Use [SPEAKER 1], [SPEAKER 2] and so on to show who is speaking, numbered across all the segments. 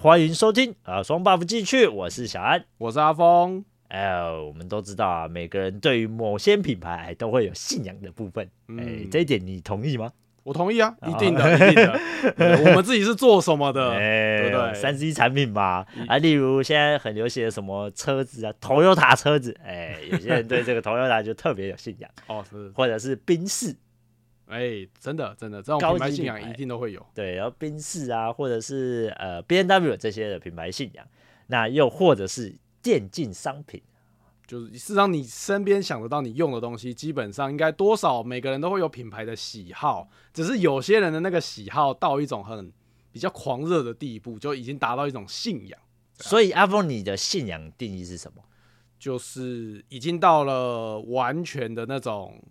[SPEAKER 1] 欢迎收听啊，双 buff 继续，我是小安。
[SPEAKER 2] 我是阿峰，
[SPEAKER 1] 哎、我们都知道啊，每个人对于某些品牌、哎都会有信仰的部分，哎、
[SPEAKER 2] 嗯
[SPEAKER 1] 这一点你同意吗？
[SPEAKER 2] 我同意啊，一定的，一定的。对我们自己是做什么的？
[SPEAKER 1] 哎、
[SPEAKER 2] 呃对不嗯对
[SPEAKER 1] 三 C 产品嘛，啊，例如现在很流行的什么车子啊，Toyota 车子，哎、有些人对这个 Toyota 就特别有信 仰，
[SPEAKER 2] 哦，是，
[SPEAKER 1] 或者是宾士，
[SPEAKER 2] 哎，真的，真的，这种
[SPEAKER 1] 高级
[SPEAKER 2] 品牌信
[SPEAKER 1] 品
[SPEAKER 2] 仰
[SPEAKER 1] 牌
[SPEAKER 2] 一定都会有。
[SPEAKER 1] 对，然后宾士啊，或者是呃 B N W 这些的品牌信仰，那又或者是电竞商品，
[SPEAKER 2] 啊就是事实上，你身边想得到你用的东西，基本上应该多少每个人都会有品牌的喜好，只是有些人的那个喜好到一种很比较狂热的地步，就已经达到一种信仰，
[SPEAKER 1] 所以阿峰，你的信仰定义是什么？
[SPEAKER 2] 就是已经到了完全的那种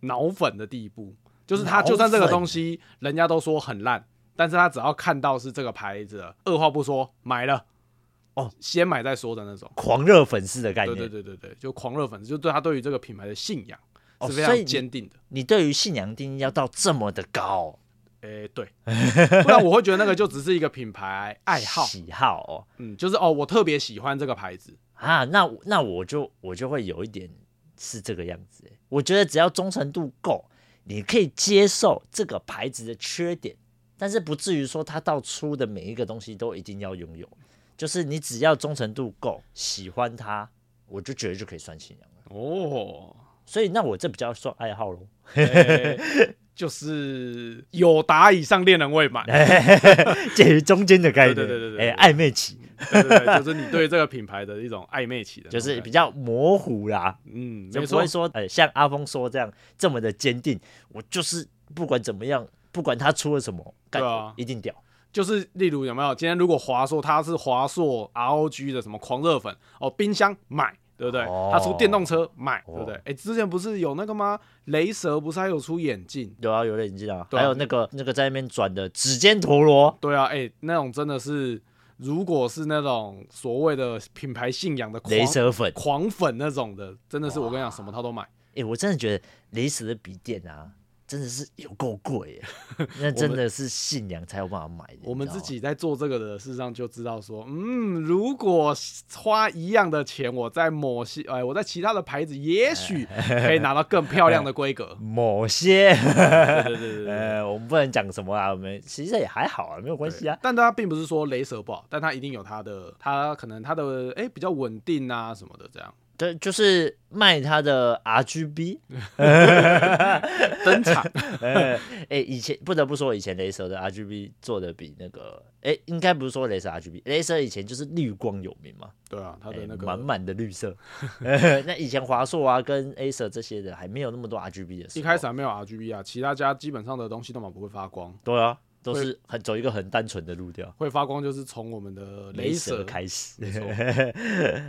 [SPEAKER 2] 脑粉的地步。就是他就算这个
[SPEAKER 1] 脑粉
[SPEAKER 2] 东西人家都说很烂，但是他只要看到是这个牌子的，二话不说买了，
[SPEAKER 1] 哦，哎
[SPEAKER 2] 先买再说的那种。
[SPEAKER 1] 狂热粉丝的概
[SPEAKER 2] 对
[SPEAKER 1] 念，
[SPEAKER 2] 对对对对，就狂热粉丝，就对他对于这个品牌的信仰
[SPEAKER 1] 哦
[SPEAKER 2] 是非
[SPEAKER 1] 所以你
[SPEAKER 2] 常坚定的。
[SPEAKER 1] 你对于信仰定义要到这么的高
[SPEAKER 2] 诶、 对，不然我会觉得那个就只是一个品牌爱好，
[SPEAKER 1] 喜好哦
[SPEAKER 2] 嗯，就是哦，我特别喜欢这个牌子，
[SPEAKER 1] 啊，那我那我就我就会有一点是这个样子欸。我觉得只要忠诚度够，你可以接受这个牌子的缺点，但是不至于说它到出的每一个东西都一定要拥有。就是你只要忠诚度够，喜欢它，我就觉得就可以算信仰了。
[SPEAKER 2] 哦，
[SPEAKER 1] 所以那我这比较算爱好喽。
[SPEAKER 2] 诶就是有达以上恋人未满，
[SPEAKER 1] 介于中间的概念，
[SPEAKER 2] 对对对对对
[SPEAKER 1] 哎、
[SPEAKER 2] 对
[SPEAKER 1] 暧昧期
[SPEAKER 2] 对对对，就是你对这个品牌的一种暧昧期的那
[SPEAKER 1] 就
[SPEAKER 2] 种感觉，
[SPEAKER 1] 是比较模糊啦，
[SPEAKER 2] 嗯，
[SPEAKER 1] 就
[SPEAKER 2] 没
[SPEAKER 1] 不
[SPEAKER 2] 错
[SPEAKER 1] 会，说，呃，像阿峰说这样这么的坚定，我就是不管怎么样，不管他出了什么，感
[SPEAKER 2] 对啊
[SPEAKER 1] 一定屌。
[SPEAKER 2] 就是例如有没有今天如果华硕它是华硕 ROG 的什么狂热粉哦，冰箱买。对不对？
[SPEAKER 1] 哦
[SPEAKER 2] 它出电动车买，对不
[SPEAKER 1] 哦
[SPEAKER 2] 对？哎，之前不是有那个吗？雷蛇不是还有出眼镜？
[SPEAKER 1] 有啊，有的你知道，
[SPEAKER 2] 对啊
[SPEAKER 1] 还有那个那个在那边转的指尖陀螺，
[SPEAKER 2] 对啊，哎、那种真的是，如果是那种所谓的品牌信仰的狂
[SPEAKER 1] 雷蛇粉，
[SPEAKER 2] 狂粉那种的，真的是我跟你讲，什么他都买。
[SPEAKER 1] 哎、我真的觉得雷蛇的笔电啊，真的是有够贵耶， 那真的是信仰才有办法买的。
[SPEAKER 2] 我
[SPEAKER 1] 你
[SPEAKER 2] 们
[SPEAKER 1] 知道
[SPEAKER 2] 自
[SPEAKER 1] 吗
[SPEAKER 2] 己在做这个的，事实上就知道说，嗯，如果花一样的钱，我在某些，哎，我在其他的牌子，也 许可以拿到更漂亮的规格。
[SPEAKER 1] 某些，
[SPEAKER 2] 对对对对对 对。
[SPEAKER 1] 呃，我们不能讲什么啊，我们其实也还好啊，没有关系啊。
[SPEAKER 2] 但它并不是说雷蛇不好，但它一定有它的，它可能它的哎、比较稳定啊什么的，这样
[SPEAKER 1] 对，就是卖它的 RGB，
[SPEAKER 2] 登场
[SPEAKER 1] 哎、以前不得不说，以前雷蛇的 RGB 做的比那个，哎、应该不是说雷蛇 RGB，雷蛇以前就是绿光有名嘛，
[SPEAKER 2] 对啊，它
[SPEAKER 1] 哎
[SPEAKER 2] 的那个
[SPEAKER 1] 满满、的绿 色。哎那以前华硕啊跟 Acer 这些的还没有那么多 RGB 的时候，
[SPEAKER 2] 一开始还没有 RGB 啊，其他家基本上的东西都蛮不会发光，
[SPEAKER 1] 对啊，都是很走一个很单纯的路调。
[SPEAKER 2] 会发光就是从我们的
[SPEAKER 1] 雷
[SPEAKER 2] 雷
[SPEAKER 1] 蛇
[SPEAKER 2] 蛇，
[SPEAKER 1] 开始
[SPEAKER 2] 没，错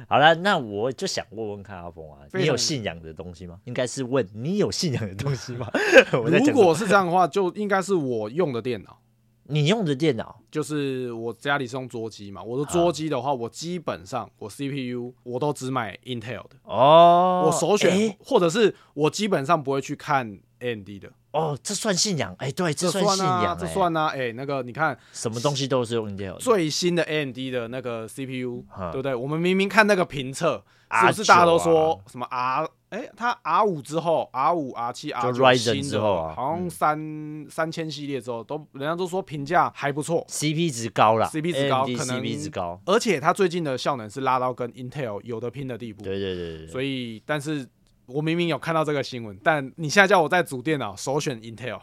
[SPEAKER 1] 好了，那我就想问问看阿峰啊，
[SPEAKER 2] 非
[SPEAKER 1] 你有
[SPEAKER 2] 常
[SPEAKER 1] 信仰的东西吗？应该是问你有信仰的东西 吗？ 我在讲
[SPEAKER 2] 如
[SPEAKER 1] 什么
[SPEAKER 2] 果是这样的话，就应该是我用的电脑，
[SPEAKER 1] 你用的电脑，
[SPEAKER 2] 就是我家里是用桌机嘛，我的桌机的话，我基本上我 CPU 我都只买 Intel 的，
[SPEAKER 1] 哦，
[SPEAKER 2] 我首选
[SPEAKER 1] 诶
[SPEAKER 2] 或者是我基本上不会去看 AMD 的，
[SPEAKER 1] 哦，这算信仰哎、对，
[SPEAKER 2] 这
[SPEAKER 1] 算信仰、
[SPEAKER 2] 啊，
[SPEAKER 1] 哎
[SPEAKER 2] 这算啊，哎，那个你看
[SPEAKER 1] 什么东西都是用 Intel 的
[SPEAKER 2] 最新的 AMD 的那个 CPU，
[SPEAKER 1] 嗯啊
[SPEAKER 2] 对不对？我们明明看那个评测，是
[SPEAKER 1] R9
[SPEAKER 2] 不是大家都说什么 R？哎，它 R 五之后，R 五、R 七、R
[SPEAKER 1] 就
[SPEAKER 2] 九
[SPEAKER 1] Ryzen
[SPEAKER 2] 新
[SPEAKER 1] 之
[SPEAKER 2] 的，
[SPEAKER 1] 后啊
[SPEAKER 2] 好像三三千系列之后，都人家都说评价还不错，
[SPEAKER 1] ，CP 值高啦
[SPEAKER 2] CP 值高
[SPEAKER 1] AMD
[SPEAKER 2] 可能
[SPEAKER 1] CP 值高，
[SPEAKER 2] 而且它最近的效能是拉到跟 Intel 有的拼的地步。
[SPEAKER 1] 对对对对对，
[SPEAKER 2] 所以，但是我明明有看到这个新闻，但你现在叫我在组电脑，首选 Intel，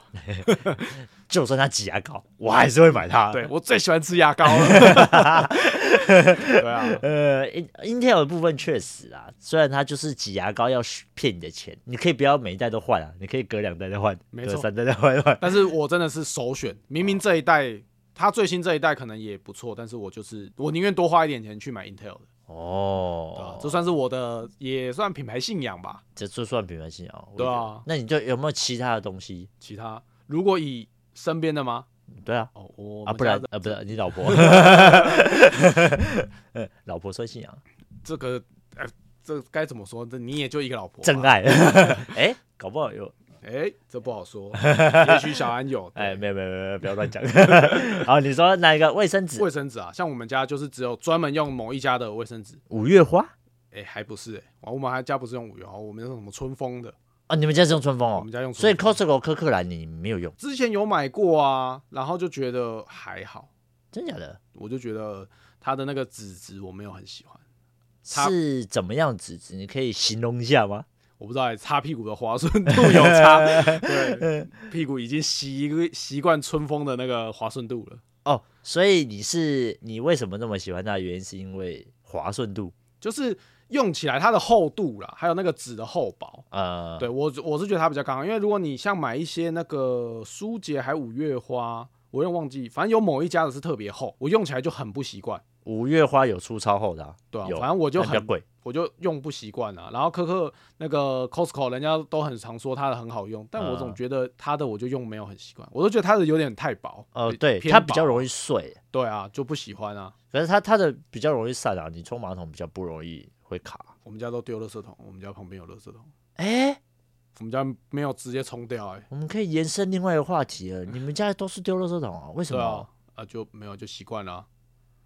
[SPEAKER 1] 就算它挤牙膏，我还是会买它。
[SPEAKER 2] 对，我最喜欢吃牙膏 了。对啊，
[SPEAKER 1] 呃，In-，Intel 的部分确实啊，虽然它就是挤牙膏要骗你的钱，你可以不要每一代都换啊，你可以隔两代再换，
[SPEAKER 2] 没
[SPEAKER 1] 隔
[SPEAKER 2] 错啊
[SPEAKER 1] 三代再换一换。
[SPEAKER 2] 但是我真的是首选，明明这一代它最新这一代可能也不错，但是我就是我宁愿多花一点钱去买 Intel 的，对吧、
[SPEAKER 1] 哦，
[SPEAKER 2] 这算是我的也算品牌信仰吧。
[SPEAKER 1] 这这算品牌信仰。我
[SPEAKER 2] 对啊
[SPEAKER 1] 觉得那你就有没有其他的东西？
[SPEAKER 2] 其他如果以身边的吗？
[SPEAKER 1] 对啊，
[SPEAKER 2] 哦，我
[SPEAKER 1] 啊，
[SPEAKER 2] 们
[SPEAKER 1] 不
[SPEAKER 2] 家
[SPEAKER 1] 然
[SPEAKER 2] 的
[SPEAKER 1] 啊，不是你老婆， 呃老婆算信仰，
[SPEAKER 2] 这 个呃，这该怎么说？这你也就一个老婆吧，
[SPEAKER 1] 真爱。哎，搞不好有
[SPEAKER 2] 哎，这不 好说，也许小安有。
[SPEAKER 1] 哎，
[SPEAKER 2] 对
[SPEAKER 1] 没有没有没有，没有不要乱讲。 好，你说哪一个卫生纸？
[SPEAKER 2] 卫生纸啊，像我们家就是只有专门用某一家的卫生纸，
[SPEAKER 1] 五月花
[SPEAKER 2] 哎，还不是哎、我们还家不是用五元哦，我们是什么春风的，
[SPEAKER 1] 哦，你们家是用春风
[SPEAKER 2] 我
[SPEAKER 1] 哦
[SPEAKER 2] 们，家用春
[SPEAKER 1] 所以
[SPEAKER 2] 风
[SPEAKER 1] Costco 科克兰你没有用，
[SPEAKER 2] 之前有买过啊，然后就觉得还好，
[SPEAKER 1] 真假的？
[SPEAKER 2] 我就觉得它的那个纸质我没有很喜欢，它
[SPEAKER 1] 是怎么样子？你可以形容一下吗？
[SPEAKER 2] 我不知道、欸、擦屁股的滑顺度有 差，对，屁股已经习习惯春风的那个滑顺度了。
[SPEAKER 1] 哦，所以你是你为什么那么喜欢它？原因是因为滑顺度，
[SPEAKER 2] 就是用起来它的厚度啦，还有那个纸的厚薄。
[SPEAKER 1] 呃，
[SPEAKER 2] 对我我是觉得它比较刚好，因为如果你像买一些那个舒洁还五月花，我有点忘记，反正有某一家的是特别厚，我用起来就很不习惯。
[SPEAKER 1] 五月花有出超厚的、啊，
[SPEAKER 2] 对啊，
[SPEAKER 1] 有
[SPEAKER 2] 反正我就
[SPEAKER 1] 但比较
[SPEAKER 2] 很
[SPEAKER 1] 贵。
[SPEAKER 2] 我就用不习惯啊。然后可可那个 Costco 人家都很常说它的很好用，但我总
[SPEAKER 1] 嗯
[SPEAKER 2] 觉得它的我就用没有很习惯，我都觉得它的有点太薄。
[SPEAKER 1] 呃，
[SPEAKER 2] 比
[SPEAKER 1] 对，
[SPEAKER 2] 偏
[SPEAKER 1] 它比较
[SPEAKER 2] 薄啊
[SPEAKER 1] 容易碎，
[SPEAKER 2] 对啊，就不喜欢啊。
[SPEAKER 1] 可是它它的比较容易散啊，你冲马桶比较不容易会卡。
[SPEAKER 2] 我们家都丢垃圾桶，我们家旁边有垃圾桶，
[SPEAKER 1] 哎、
[SPEAKER 2] 我们家没有直接冲掉哎、
[SPEAKER 1] 我们可以延伸另外一个话题了，你们家都是丢垃圾桶啊？为什
[SPEAKER 2] 对
[SPEAKER 1] 么？
[SPEAKER 2] 啊，啊就没有就习惯了啊、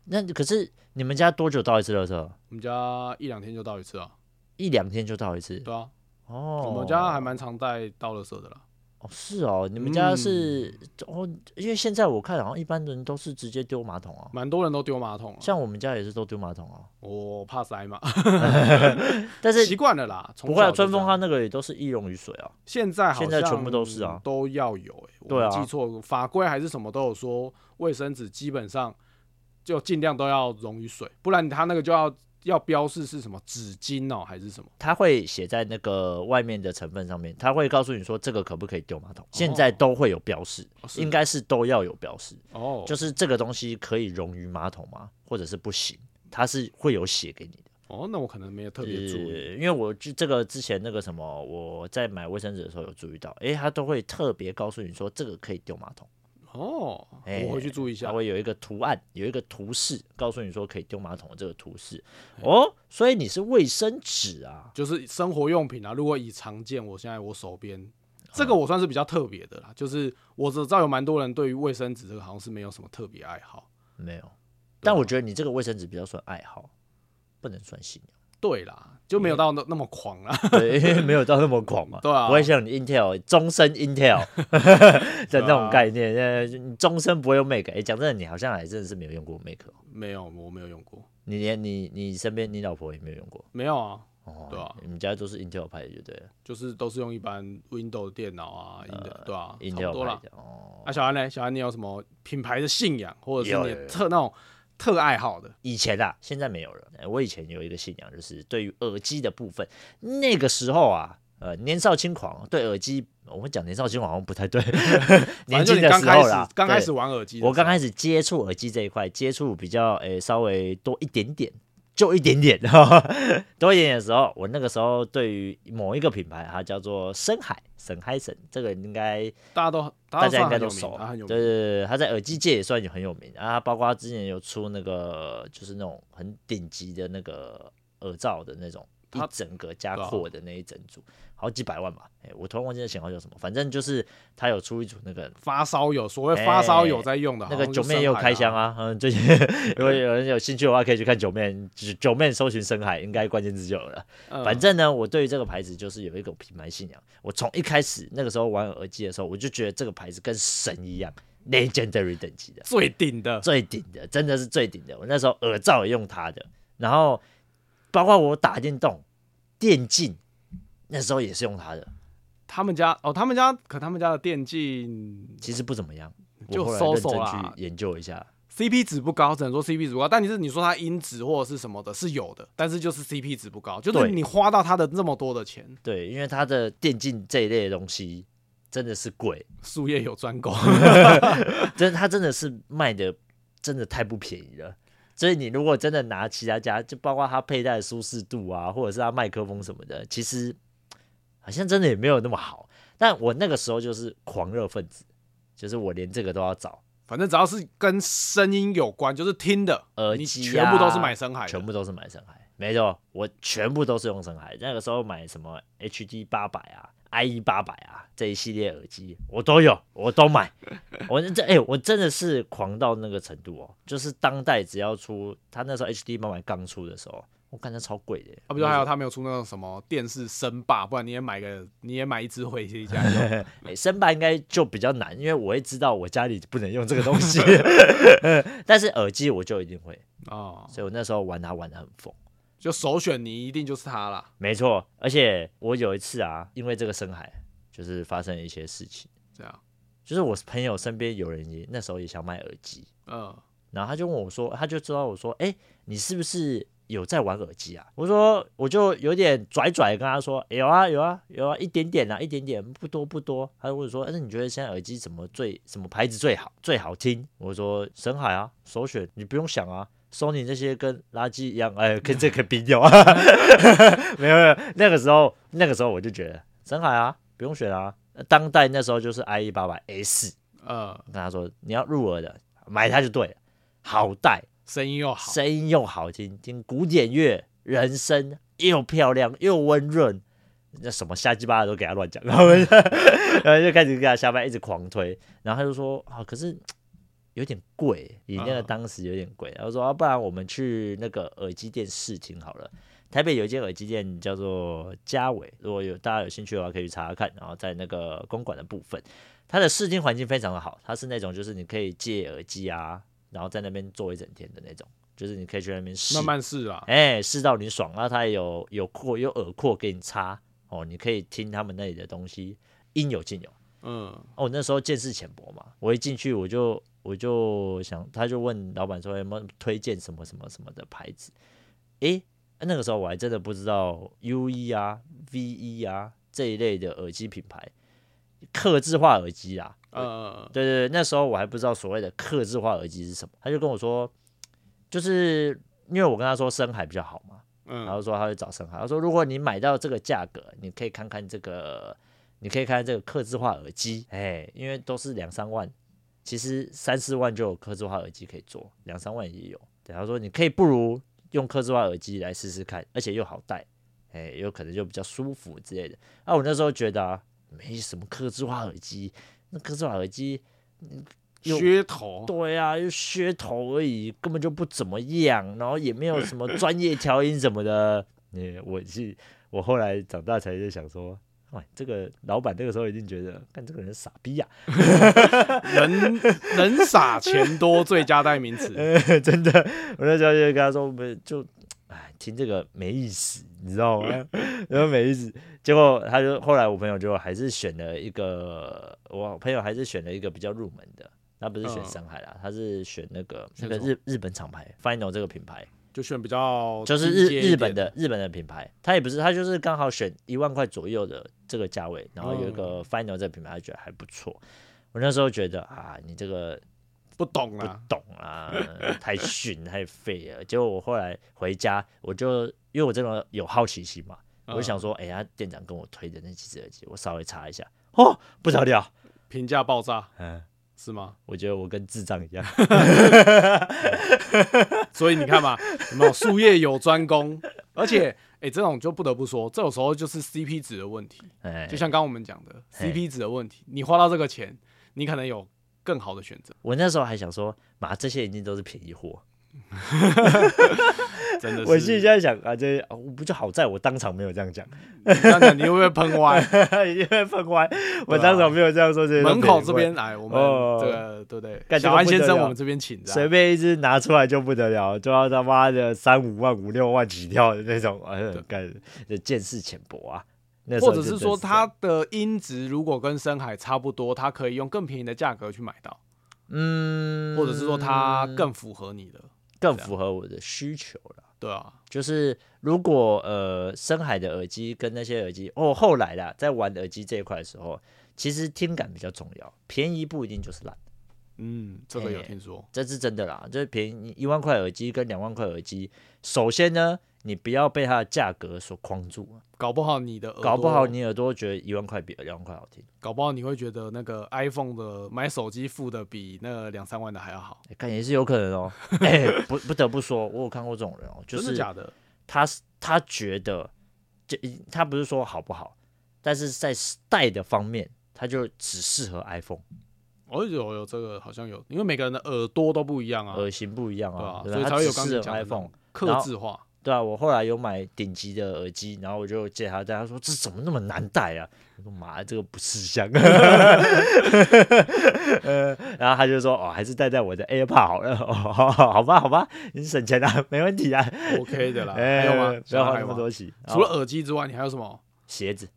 [SPEAKER 1] 那可是你们家多久倒一次垃圾？
[SPEAKER 2] 我们家一两天就倒一次啊，
[SPEAKER 1] 一两天就倒一次
[SPEAKER 2] 对啊，
[SPEAKER 1] 哦。
[SPEAKER 2] 我们家还嗯蛮常带倒垃圾的啦。
[SPEAKER 1] 哦是哦，你们家是、哦，因为现在我看好像一般人都是直接丢马桶啊，
[SPEAKER 2] 蛮多人都丢马桶啊，
[SPEAKER 1] 像我们家也是都丢马桶啊，
[SPEAKER 2] 我怕塞嘛，
[SPEAKER 1] 但
[SPEAKER 2] 习
[SPEAKER 1] 是
[SPEAKER 2] 惯了啦。从
[SPEAKER 1] 不会啊，
[SPEAKER 2] 小就
[SPEAKER 1] 春
[SPEAKER 2] 这
[SPEAKER 1] 风
[SPEAKER 2] 样
[SPEAKER 1] 它那个也都是易溶于水啊。
[SPEAKER 2] 现在好
[SPEAKER 1] 现
[SPEAKER 2] 像
[SPEAKER 1] 在全部都是啊
[SPEAKER 2] 都要有哎、我
[SPEAKER 1] 对啊
[SPEAKER 2] 没记错法规还是什么都有说，卫生纸基本上就尽量都要溶于水，不然它那个就要要标示是什么纸巾哦、还是什么。
[SPEAKER 1] 它会写在那个外面的成分上面，它会告诉你说这个可不可以丢马桶。现在都会有标示，
[SPEAKER 2] 哦是
[SPEAKER 1] 应该是都要有标示，
[SPEAKER 2] 哦，
[SPEAKER 1] 就是这个东西可以溶于马桶吗？或者是不行？它是会有写给你的。
[SPEAKER 2] 哦，那我可能没有特别注意。
[SPEAKER 1] 呃因为我就这个之前那个什么，我在买卫生纸的时候有注意到，诶，它都会特别告诉你说这个可以丢马桶，
[SPEAKER 2] 哦，
[SPEAKER 1] 哎
[SPEAKER 2] 我回去注意一
[SPEAKER 1] 它
[SPEAKER 2] 下。
[SPEAKER 1] 会有一个图案，有一个图示告诉你说可以丢马桶的这个图示。哦，所以你是卫生纸啊？
[SPEAKER 2] 就是生活用品啊，如果以常见，我现在我手边
[SPEAKER 1] 哦
[SPEAKER 2] 这个我算是比较特别的啦，就是我只知道有蛮多人对于卫生纸这个好像是没有什么特别爱好。
[SPEAKER 1] 没
[SPEAKER 2] 啊
[SPEAKER 1] 有，但我觉得你这个卫生纸比较算爱好，不能算信仰。
[SPEAKER 2] 对啦，就
[SPEAKER 1] 嗯
[SPEAKER 2] 没有到那那么狂啊啦。
[SPEAKER 1] 对，因为没有到那么狂嘛，
[SPEAKER 2] 对啊
[SPEAKER 1] 不会像你 Intel 终身 Intel 的那
[SPEAKER 2] 啊
[SPEAKER 1] 种概念，呃，你终身不会用 Mac。哎，讲真的，你好像还真的是没有用过 Mac，、哦、
[SPEAKER 2] 没有，我没有用过，
[SPEAKER 1] 你连你你身边你老婆也没有用过，
[SPEAKER 2] 没有啊，
[SPEAKER 1] 哦，
[SPEAKER 2] 对啊
[SPEAKER 1] 你们家都是 Intel 牌的，就对了
[SPEAKER 2] 就是都是用一般 Windows 电脑啊，
[SPEAKER 1] 呃
[SPEAKER 2] 英的对啊，差不多
[SPEAKER 1] ，Intel
[SPEAKER 2] 啦
[SPEAKER 1] 牌。的哦。
[SPEAKER 2] 啊，小安呢？小安，你有什么品牌的信仰，或者是
[SPEAKER 1] 有
[SPEAKER 2] 你
[SPEAKER 1] 有
[SPEAKER 2] 的
[SPEAKER 1] 有
[SPEAKER 2] 特那种特爱好的？
[SPEAKER 1] 以前啊，现在没有了。哎我以前有一个信仰，就是对于耳机的部分，那个时候啊，呃，年少轻狂，对耳机，我们讲年少轻狂好像不 太对，年
[SPEAKER 2] 反正就
[SPEAKER 1] 轻
[SPEAKER 2] 你
[SPEAKER 1] 的
[SPEAKER 2] 刚
[SPEAKER 1] 时
[SPEAKER 2] 开
[SPEAKER 1] 候
[SPEAKER 2] 始
[SPEAKER 1] 啦，，
[SPEAKER 2] 刚开
[SPEAKER 1] 对
[SPEAKER 2] 始玩耳机的时候，
[SPEAKER 1] 我刚开始接触耳机这一块，接触比较诶、稍微多一点点，就一点 点，多一点点的时候，我那个时候对于某一个品牌，它叫做深海，深海神，这个应该
[SPEAKER 2] 大家都
[SPEAKER 1] 大
[SPEAKER 2] 大
[SPEAKER 1] 家应该
[SPEAKER 2] 算很
[SPEAKER 1] 都
[SPEAKER 2] 有名
[SPEAKER 1] 熟
[SPEAKER 2] 他
[SPEAKER 1] 啊，
[SPEAKER 2] 很
[SPEAKER 1] 对
[SPEAKER 2] 有
[SPEAKER 1] 对
[SPEAKER 2] 名，
[SPEAKER 1] 对，他在耳机界也算有很有名啊，包括他之前有出那个就是那种很顶级的那个耳罩的那种，一
[SPEAKER 2] 他
[SPEAKER 1] 整个加
[SPEAKER 2] 对啊
[SPEAKER 1] 扩的那一整组，好几百万吧，哎、我突然忘记那型号叫什么，反正就是他有出一组那个
[SPEAKER 2] 发烧友，所谓发烧友
[SPEAKER 1] 哎
[SPEAKER 2] 在用的，
[SPEAKER 1] 那
[SPEAKER 2] 好
[SPEAKER 1] 个
[SPEAKER 2] 像
[SPEAKER 1] 九
[SPEAKER 2] 就
[SPEAKER 1] 妹也
[SPEAKER 2] 深
[SPEAKER 1] 有
[SPEAKER 2] 海
[SPEAKER 1] 开
[SPEAKER 2] 啊
[SPEAKER 1] 箱啊， 嗯，最近如果有人有兴趣的话，可以去看九妹，九九妹搜寻深海，应该关键字就有了。
[SPEAKER 2] 嗯
[SPEAKER 1] 反正呢，我对于这个牌子就是有一个品牌信仰。我从一开始那个时候玩耳机的时候，我就觉得这个牌子跟神一样，legendary 等级的，
[SPEAKER 2] 最顶的，
[SPEAKER 1] 最顶的，真的是最顶的。我那时候耳罩也用它的，然后包括我打电动、电竞，那时候也是用它的。
[SPEAKER 2] 他们家哦，他们家可他们家的电竞
[SPEAKER 1] 其实不怎么样，我
[SPEAKER 2] 就
[SPEAKER 1] 后来
[SPEAKER 2] 收
[SPEAKER 1] 认
[SPEAKER 2] 手
[SPEAKER 1] 真
[SPEAKER 2] 啦
[SPEAKER 1] 去研究一下。
[SPEAKER 2] CP 值不高，只能说 CP 值不高。但你是你说它音质或者是什么的，是有的，但是就是 CP 值不高，就是
[SPEAKER 1] 对
[SPEAKER 2] 你花到它的这么多的钱，
[SPEAKER 1] 对，因为它的电竞这一类的东西真的是贵，
[SPEAKER 2] 术业有 专攻。
[SPEAKER 1] 真的它真的是卖的真的太不便宜了。所以你如果真的拿其他家，就包括它佩戴的舒适度啊，或者是它麦克风什么的，其实好像真的也没有那么好。但我那个时候就是狂热分子，就是我连这个都要找，
[SPEAKER 2] 反正只要是跟声音有关，就是听的，
[SPEAKER 1] 耳
[SPEAKER 2] 你
[SPEAKER 1] 机、啊、
[SPEAKER 2] 全部都是买深海的，
[SPEAKER 1] 全部都是买深海，没错，我全部都是用深海。那个时候买什么 HD 八百啊、 IE 八百啊这一系列耳机，我都有，我都买。我这哎、我真的是狂到那个程度哦，就是当代只要出，他那时候 HD 八百刚出的时候，我感觉超贵的耶。
[SPEAKER 2] 啊，不就还有他没有出那种什么电视声霸，不然你也买个，你也买一支回去家 用。
[SPEAKER 1] 哎，生吧应该就比较难，因为我会知道我家里不能用这个东 西，但是耳机我就一定会，
[SPEAKER 2] 哦，
[SPEAKER 1] 所以我那时候玩它啊玩的很疯。
[SPEAKER 2] 就首选你一定就是它啦。
[SPEAKER 1] 没错，而且我有一次啊，因为这个深海就是发生了一些事情，
[SPEAKER 2] 这样，
[SPEAKER 1] 就是我朋友身边有人也那时候也想买耳机，
[SPEAKER 2] 嗯，
[SPEAKER 1] 然后他就问我说，他就知道我说，哎、你是不是有在玩耳机啊？我说我就有点拽拽地跟他说，有啊有啊有啊，一点点啊，一点点，不多不多。他就问我说，哎那你觉得现在耳机怎么最什么牌子最好最好听？我说深海啊，首选，你不用想啊。索尼那些跟垃圾一样，哎，跟这个比有 啊，没有没有，那个时候那个时候我就觉得深海啊，不用选啊，当代那时候就是 i e 八百 S，
[SPEAKER 2] 呃，
[SPEAKER 1] 跟他说你要入耳的，买它就对了，好戴，
[SPEAKER 2] 声音又好，
[SPEAKER 1] 声音又好听，听古典乐，人声又漂亮又温润，那什么瞎鸡巴的都给他乱讲，然后 然后就开始给他瞎掰，一直狂推，然后他就说啊，可是。有点贵，你那个
[SPEAKER 2] 嗯
[SPEAKER 1] 当时有点贵。然后说，啊，不然我们去那个耳机店试听好了。台北有一间耳机店叫做嘉伟，如果有大家有兴趣的话，可以去查查看。然后在那个公馆的部分，它的试听环境非常的好，它是那种就是你可以借耳机啊，然后在那边坐一整天的那种，就是你可以去那边试，
[SPEAKER 2] 慢慢试啊。
[SPEAKER 1] 哎试到你爽。然后它也有有扩有耳扩给你插哦，你可以听他们那里的东西，应有尽有。
[SPEAKER 2] 嗯，
[SPEAKER 1] 哦，我那时候见识浅薄嘛，我一进去我就我就想，他就问老板说有没有推荐什么什么什么的牌子？诶，那个时候我还真的不知道 U E 啊、V E 啊这一类的耳机品牌，客制化耳机啦。
[SPEAKER 2] 呃，
[SPEAKER 1] 对对对，那时候我还不知道所谓的客制化耳机是什么，他就跟我说，就是因为我跟他说深海比较好嘛，然
[SPEAKER 2] 嗯，
[SPEAKER 1] 后说他会找深海，他说如果你买到这个价格，你可以看看这个，你可以看看这个客制化耳机，哎，因为都是两三万，其实三四万就有客制化耳机可以做，两三万也有。对，他说你可以不如用客制化耳机来试试看，而且又好戴，哎，有可能就比较舒服之类的。啊，我那时候觉得啊，没什么客制化耳机，那客制化耳机又
[SPEAKER 2] 噱头，
[SPEAKER 1] 对啊，就噱头而已，根本就不怎么样，然后也没有什么专业调音什么的。 你我是我后来长大才在想说，哇，这个老板那个时候一定觉得，看这个人傻逼啊呀、
[SPEAKER 2] 人人傻钱多，最佳代 名词。
[SPEAKER 1] 真的。我那时候就跟他说，不是就，哎，听这个没意思，你知道吗？ 然后没意思，结果他就后来我朋友就还是选了一个，我朋友还是选了一个比较入门的。他不是选
[SPEAKER 2] 嗯
[SPEAKER 1] 上海啦，他是选那个那
[SPEAKER 2] 选
[SPEAKER 1] 个
[SPEAKER 2] 什么
[SPEAKER 1] 日日本厂牌 Final 这个品牌，
[SPEAKER 2] 就选比较
[SPEAKER 1] 就是
[SPEAKER 2] 低
[SPEAKER 1] 日
[SPEAKER 2] 阶一
[SPEAKER 1] 日本
[SPEAKER 2] 点
[SPEAKER 1] 的日本的品牌，它也不是，它就是刚好选一万块左右的这个价位，然后有一个
[SPEAKER 2] 哦
[SPEAKER 1] Final 这个品牌，他觉得还不错。我那时候觉得啊，你这个
[SPEAKER 2] 不懂
[SPEAKER 1] 不
[SPEAKER 2] 啦，
[SPEAKER 1] 懂啊，太逊太废了。结果我后来回家，我就因为我真的有好奇心嘛，我就
[SPEAKER 2] 嗯
[SPEAKER 1] 想说，哎、呀，店长跟我推的那几只耳机，我稍微查一下，哦，不得了，
[SPEAKER 2] 评价爆炸
[SPEAKER 1] 嗯，
[SPEAKER 2] 是吗？
[SPEAKER 1] 我觉得我跟智障 一样，
[SPEAKER 2] 所以你看 嘛，有没有术业有专攻？而且，哎、这种就不得不说，这种时候就是 CP 值的问题。
[SPEAKER 1] 哎
[SPEAKER 2] 就，像刚刚我们讲的
[SPEAKER 1] 嘿
[SPEAKER 2] CP 值的问题，你花到这个钱，你可能有更好的选择，
[SPEAKER 1] 我那时候还想说，妈，这些一定都是便宜货。
[SPEAKER 2] 真的是。
[SPEAKER 1] 我心里在想啊，这啊我不就好在我当场没有这样讲，
[SPEAKER 2] 这样讲你会不会喷歪？
[SPEAKER 1] 因为分歪，我当场没有这样说这些东
[SPEAKER 2] 门
[SPEAKER 1] 西。
[SPEAKER 2] 口这边来，我们
[SPEAKER 1] 哦
[SPEAKER 2] 这个对不对？
[SPEAKER 1] 干
[SPEAKER 2] 小安
[SPEAKER 1] 这个不得
[SPEAKER 2] 先生，
[SPEAKER 1] 了
[SPEAKER 2] 我们这边请
[SPEAKER 1] 我随
[SPEAKER 2] 着。
[SPEAKER 1] 便一只拿出来就不得了，就要他妈的三五万、五六万起跳的那种，哎，干这见识浅薄啊。那时候
[SPEAKER 2] 或者
[SPEAKER 1] 就是真
[SPEAKER 2] 说，
[SPEAKER 1] 这样
[SPEAKER 2] 它的音质如果跟深海差不多，它可以用更便宜的价格去买到，
[SPEAKER 1] 嗯，
[SPEAKER 2] 或者是说它更符合你的，
[SPEAKER 1] 更符合我的需求了。
[SPEAKER 2] 对啊，
[SPEAKER 1] 就是如果呃深海的耳机跟那些耳机，哦后来啦，在玩耳机这一块的时候，其实听感比较重要，便宜不一定就是烂。
[SPEAKER 2] 嗯，这个有
[SPEAKER 1] 嘿
[SPEAKER 2] 听说，
[SPEAKER 1] 这是真的啦，就是便宜一万块耳机跟两万块耳机，首先呢，你不要被它的价格所框住啊，
[SPEAKER 2] 搞不好你的耳朵
[SPEAKER 1] 搞不好你耳朵觉得一万块比两万块好听，
[SPEAKER 2] 搞不好你会觉得那个 iPhone 的买手机付的比那两三万的还要好，
[SPEAKER 1] 哎看也是有可能 哦。哎、不不得不说，我有看过这种人哦，就
[SPEAKER 2] 真的
[SPEAKER 1] 是
[SPEAKER 2] 假的？
[SPEAKER 1] 他他觉得，这他不是说好不好，但是在戴的方面，它就只适合 iPhone，
[SPEAKER 2] 哦，有有这个好像有，因为每个人的耳朵都不一样啊，
[SPEAKER 1] 耳型不一样
[SPEAKER 2] 对啊
[SPEAKER 1] 啊，，对
[SPEAKER 2] 所以
[SPEAKER 1] 吧
[SPEAKER 2] 才
[SPEAKER 1] 它
[SPEAKER 2] 会
[SPEAKER 1] 只
[SPEAKER 2] 有刚
[SPEAKER 1] 适
[SPEAKER 2] 才
[SPEAKER 1] 合
[SPEAKER 2] 讲的那种
[SPEAKER 1] iPhone。
[SPEAKER 2] 克制化。
[SPEAKER 1] 对啊，我后来有买顶级的耳机，然后我就借他戴，他说这怎么那么难戴啊？我说妈，这个不吃 香。呃，然后他就说哦，还是戴在我的 AirPod 好了。 哦，好好吧，好吧，你省钱啊， 没问题啊。
[SPEAKER 2] OK 的啦，
[SPEAKER 1] 哎，
[SPEAKER 2] 还有吗？
[SPEAKER 1] 不要
[SPEAKER 2] 想
[SPEAKER 1] 花那
[SPEAKER 2] 还有
[SPEAKER 1] 么
[SPEAKER 2] 吗
[SPEAKER 1] 多洗。
[SPEAKER 2] 除了
[SPEAKER 1] 哦
[SPEAKER 2] 耳机之外，你还有什么？
[SPEAKER 1] 鞋子，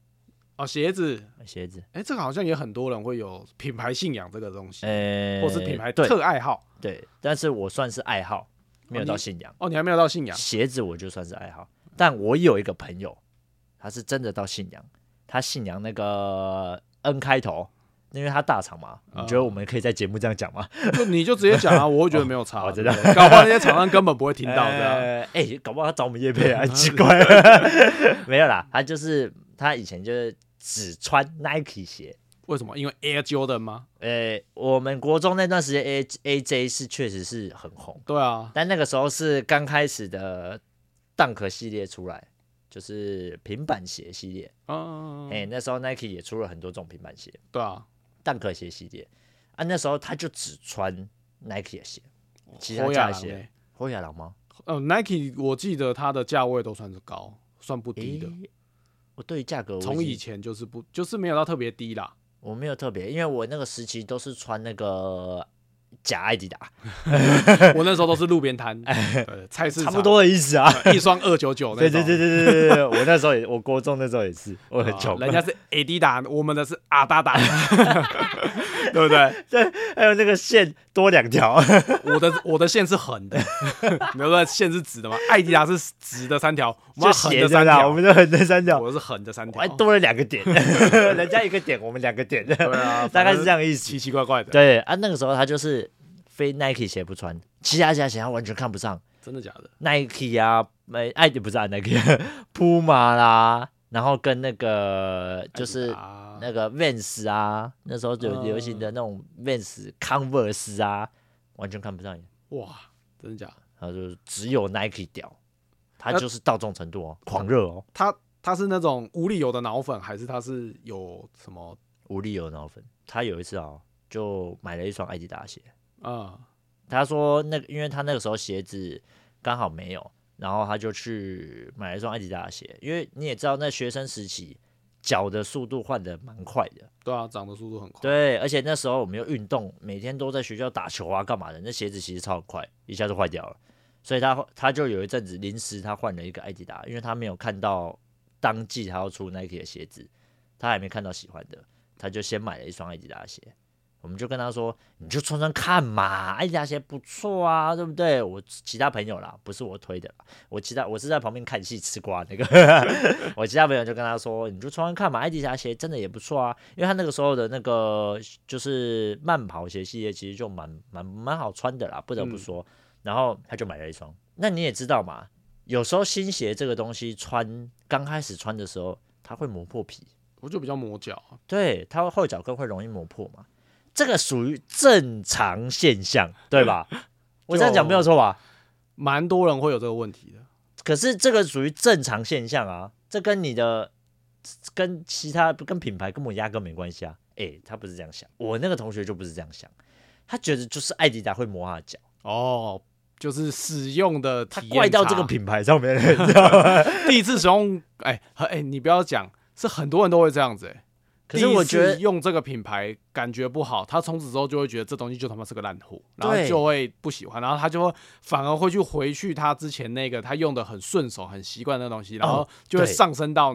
[SPEAKER 2] 哦，鞋子，
[SPEAKER 1] 鞋子，
[SPEAKER 2] 哎、这个好像也很多人会有品牌信仰这个东西，
[SPEAKER 1] 呃，
[SPEAKER 2] 或是品牌
[SPEAKER 1] 对
[SPEAKER 2] 特爱好。
[SPEAKER 1] 对，但是我算是爱好，没有
[SPEAKER 2] 哦
[SPEAKER 1] 到
[SPEAKER 2] 你
[SPEAKER 1] 信仰。
[SPEAKER 2] 哦，你还没有 到信仰，
[SPEAKER 1] 鞋子我就算是爱好，但我有一个朋友，他是真的到信仰，他信仰那个 N 开头，因为他大厂嘛。你
[SPEAKER 2] 啊
[SPEAKER 1] 觉得我们可以在节目这样讲吗？
[SPEAKER 2] 就你就直接讲啊，我会觉得没有差，
[SPEAKER 1] 哦真
[SPEAKER 2] 对不对搞不好那 些厂商根本不会听到的、啊。
[SPEAKER 1] 呃哎、搞不好他找我们叶配啊，很奇 怪。没有啦，他就是他以前就是只穿 Nike 鞋。
[SPEAKER 2] 为什么？因为 Air Jordan 吗？
[SPEAKER 1] 呃、我们国中那段时间 A A J 是确实是很红，
[SPEAKER 2] 对啊，
[SPEAKER 1] 但那个时候是刚开始的 Dunk 系列出来，就是平板鞋系列。
[SPEAKER 2] 嗯，
[SPEAKER 1] 哎、那时候 Nike 也出了很多种平板鞋，
[SPEAKER 2] 对啊，
[SPEAKER 1] 蛋壳鞋系列啊。那时候他就只穿 Nike 的鞋，其他
[SPEAKER 2] 欧
[SPEAKER 1] 家
[SPEAKER 2] 亚
[SPEAKER 1] 的
[SPEAKER 2] 郎
[SPEAKER 1] 鞋。
[SPEAKER 2] 欸，
[SPEAKER 1] 侯亚郎吗？
[SPEAKER 2] 呃，Nike 我记得它的价位都算是高，算不
[SPEAKER 1] 诶、
[SPEAKER 2] 低的。
[SPEAKER 1] 我对于价格我已
[SPEAKER 2] 从以
[SPEAKER 1] 经
[SPEAKER 2] 前就是不，就是没有到特别低啦。
[SPEAKER 1] 我没有特别，因为我那个时期都是穿那个假艾迪达，
[SPEAKER 2] 我那时候都是路 边摊，对菜市
[SPEAKER 1] 差
[SPEAKER 2] 场
[SPEAKER 1] 不多的意思啊。
[SPEAKER 2] 呃一双二九九那
[SPEAKER 1] 对
[SPEAKER 2] 种。
[SPEAKER 1] 对对对对对对，我那时候也，我国中那时候也是，我很
[SPEAKER 2] 啊
[SPEAKER 1] 穷。
[SPEAKER 2] 人家是 A D 打，我们的是阿达达， 对不对？
[SPEAKER 1] 还哎有那个线多两条，
[SPEAKER 2] 我的我的线是横的， 你们的线是直的吗？艾迪达是直的三条，我
[SPEAKER 1] 就
[SPEAKER 2] 们横
[SPEAKER 1] 斜
[SPEAKER 2] 的
[SPEAKER 1] 着
[SPEAKER 2] 三
[SPEAKER 1] 啦，
[SPEAKER 2] 条，
[SPEAKER 1] 我们就横着三条，
[SPEAKER 2] 我的是横的三条
[SPEAKER 1] 还，多了两个点， 人家一个点，我们两个 点，
[SPEAKER 2] 对啊，
[SPEAKER 1] 大概是这样
[SPEAKER 2] 样，
[SPEAKER 1] 的意思。
[SPEAKER 2] 奇奇怪怪的，
[SPEAKER 1] 对啊，那个时候他就是非 Nike 鞋不穿，其他家鞋他完全看不上
[SPEAKER 2] 真的假的？
[SPEAKER 1] Nike 啊，呃，艾迪不是啊 Nike，Puma 啦，然后跟那个就是
[SPEAKER 2] 啊，
[SPEAKER 1] 那个 Vans 啊，那时候有流行的那种 Vans、Converse 啊，完全看不上眼，
[SPEAKER 2] 哇，真的假的？
[SPEAKER 1] 然后就只有 Nike 屌，他
[SPEAKER 2] 那
[SPEAKER 1] 就是到这种程度哦，狂热哦，
[SPEAKER 2] 他他是那种无理由的脑粉，还是他是有什么
[SPEAKER 1] 无理由脑粉。他有一次哦，就买了一双艾迪达鞋，
[SPEAKER 2] 啊？
[SPEAKER 1] 他说那个，因为他那个时候鞋子刚好没有，然后他就去买了一双艾迪达的鞋，因为你也知道，那学生时期脚的速度换的蛮快的，
[SPEAKER 2] 对啊，长的速度很快，
[SPEAKER 1] 对，而且那时候我们又运动，每天都在学校打球啊，干嘛的，那鞋子其实超快，一下就坏掉了，所以他他就有一阵子临时他换了一个艾迪达，因为他没有看到当季他要出 Nike 的鞋子，他还没看到喜欢的，他就先买了一双艾迪达鞋。我们就跟他说，你就穿穿看嘛，艾迪达鞋不错啊，对不对？我其他朋友啦，不是我推的啦，我其他我是在旁边看戏吃瓜那个，我其他朋友就跟他说，你就穿穿看嘛，艾迪达鞋真的也不错啊，因为他那个时候的那个就是慢跑鞋系列，其实就蛮蛮蛮好穿的啦，不得不说。然后他就买了一双，那你也知道嘛，有时候新鞋这个东西穿刚开始穿的时候，它会磨破皮，
[SPEAKER 2] 我就比较磨脚啊，
[SPEAKER 1] 对，它后脚跟会容易磨破嘛，这个属于正常现象，对吧？我这样讲没有错吧？
[SPEAKER 2] 蛮多人会有这个问题的。
[SPEAKER 1] 可是这个属于正常现象啊，这跟你的跟其他跟品牌根本压根没关系啊。诶，他不是这样想，我那个同学就不是这样想，他觉得就是艾迪达会磨他的脚，
[SPEAKER 2] 哦，就是使用的
[SPEAKER 1] 他
[SPEAKER 2] 体验
[SPEAKER 1] 怪到
[SPEAKER 2] 差
[SPEAKER 1] 这个品牌上 面，你知道吗？
[SPEAKER 2] 第一次使用，哎、和哎、你不要讲，是很多人都会这样子、哎，
[SPEAKER 1] 可是我
[SPEAKER 2] 第一次
[SPEAKER 1] 觉得
[SPEAKER 2] 用这个品牌感觉不好，他从此之后就会觉得这东西就他妈是个烂货，然后
[SPEAKER 1] 对
[SPEAKER 2] 就会不喜欢，然后他就会反而会去回去他之前那个他用的很顺手、很习惯的东西，然
[SPEAKER 1] 哦
[SPEAKER 2] 后就会
[SPEAKER 1] 对
[SPEAKER 2] 上升到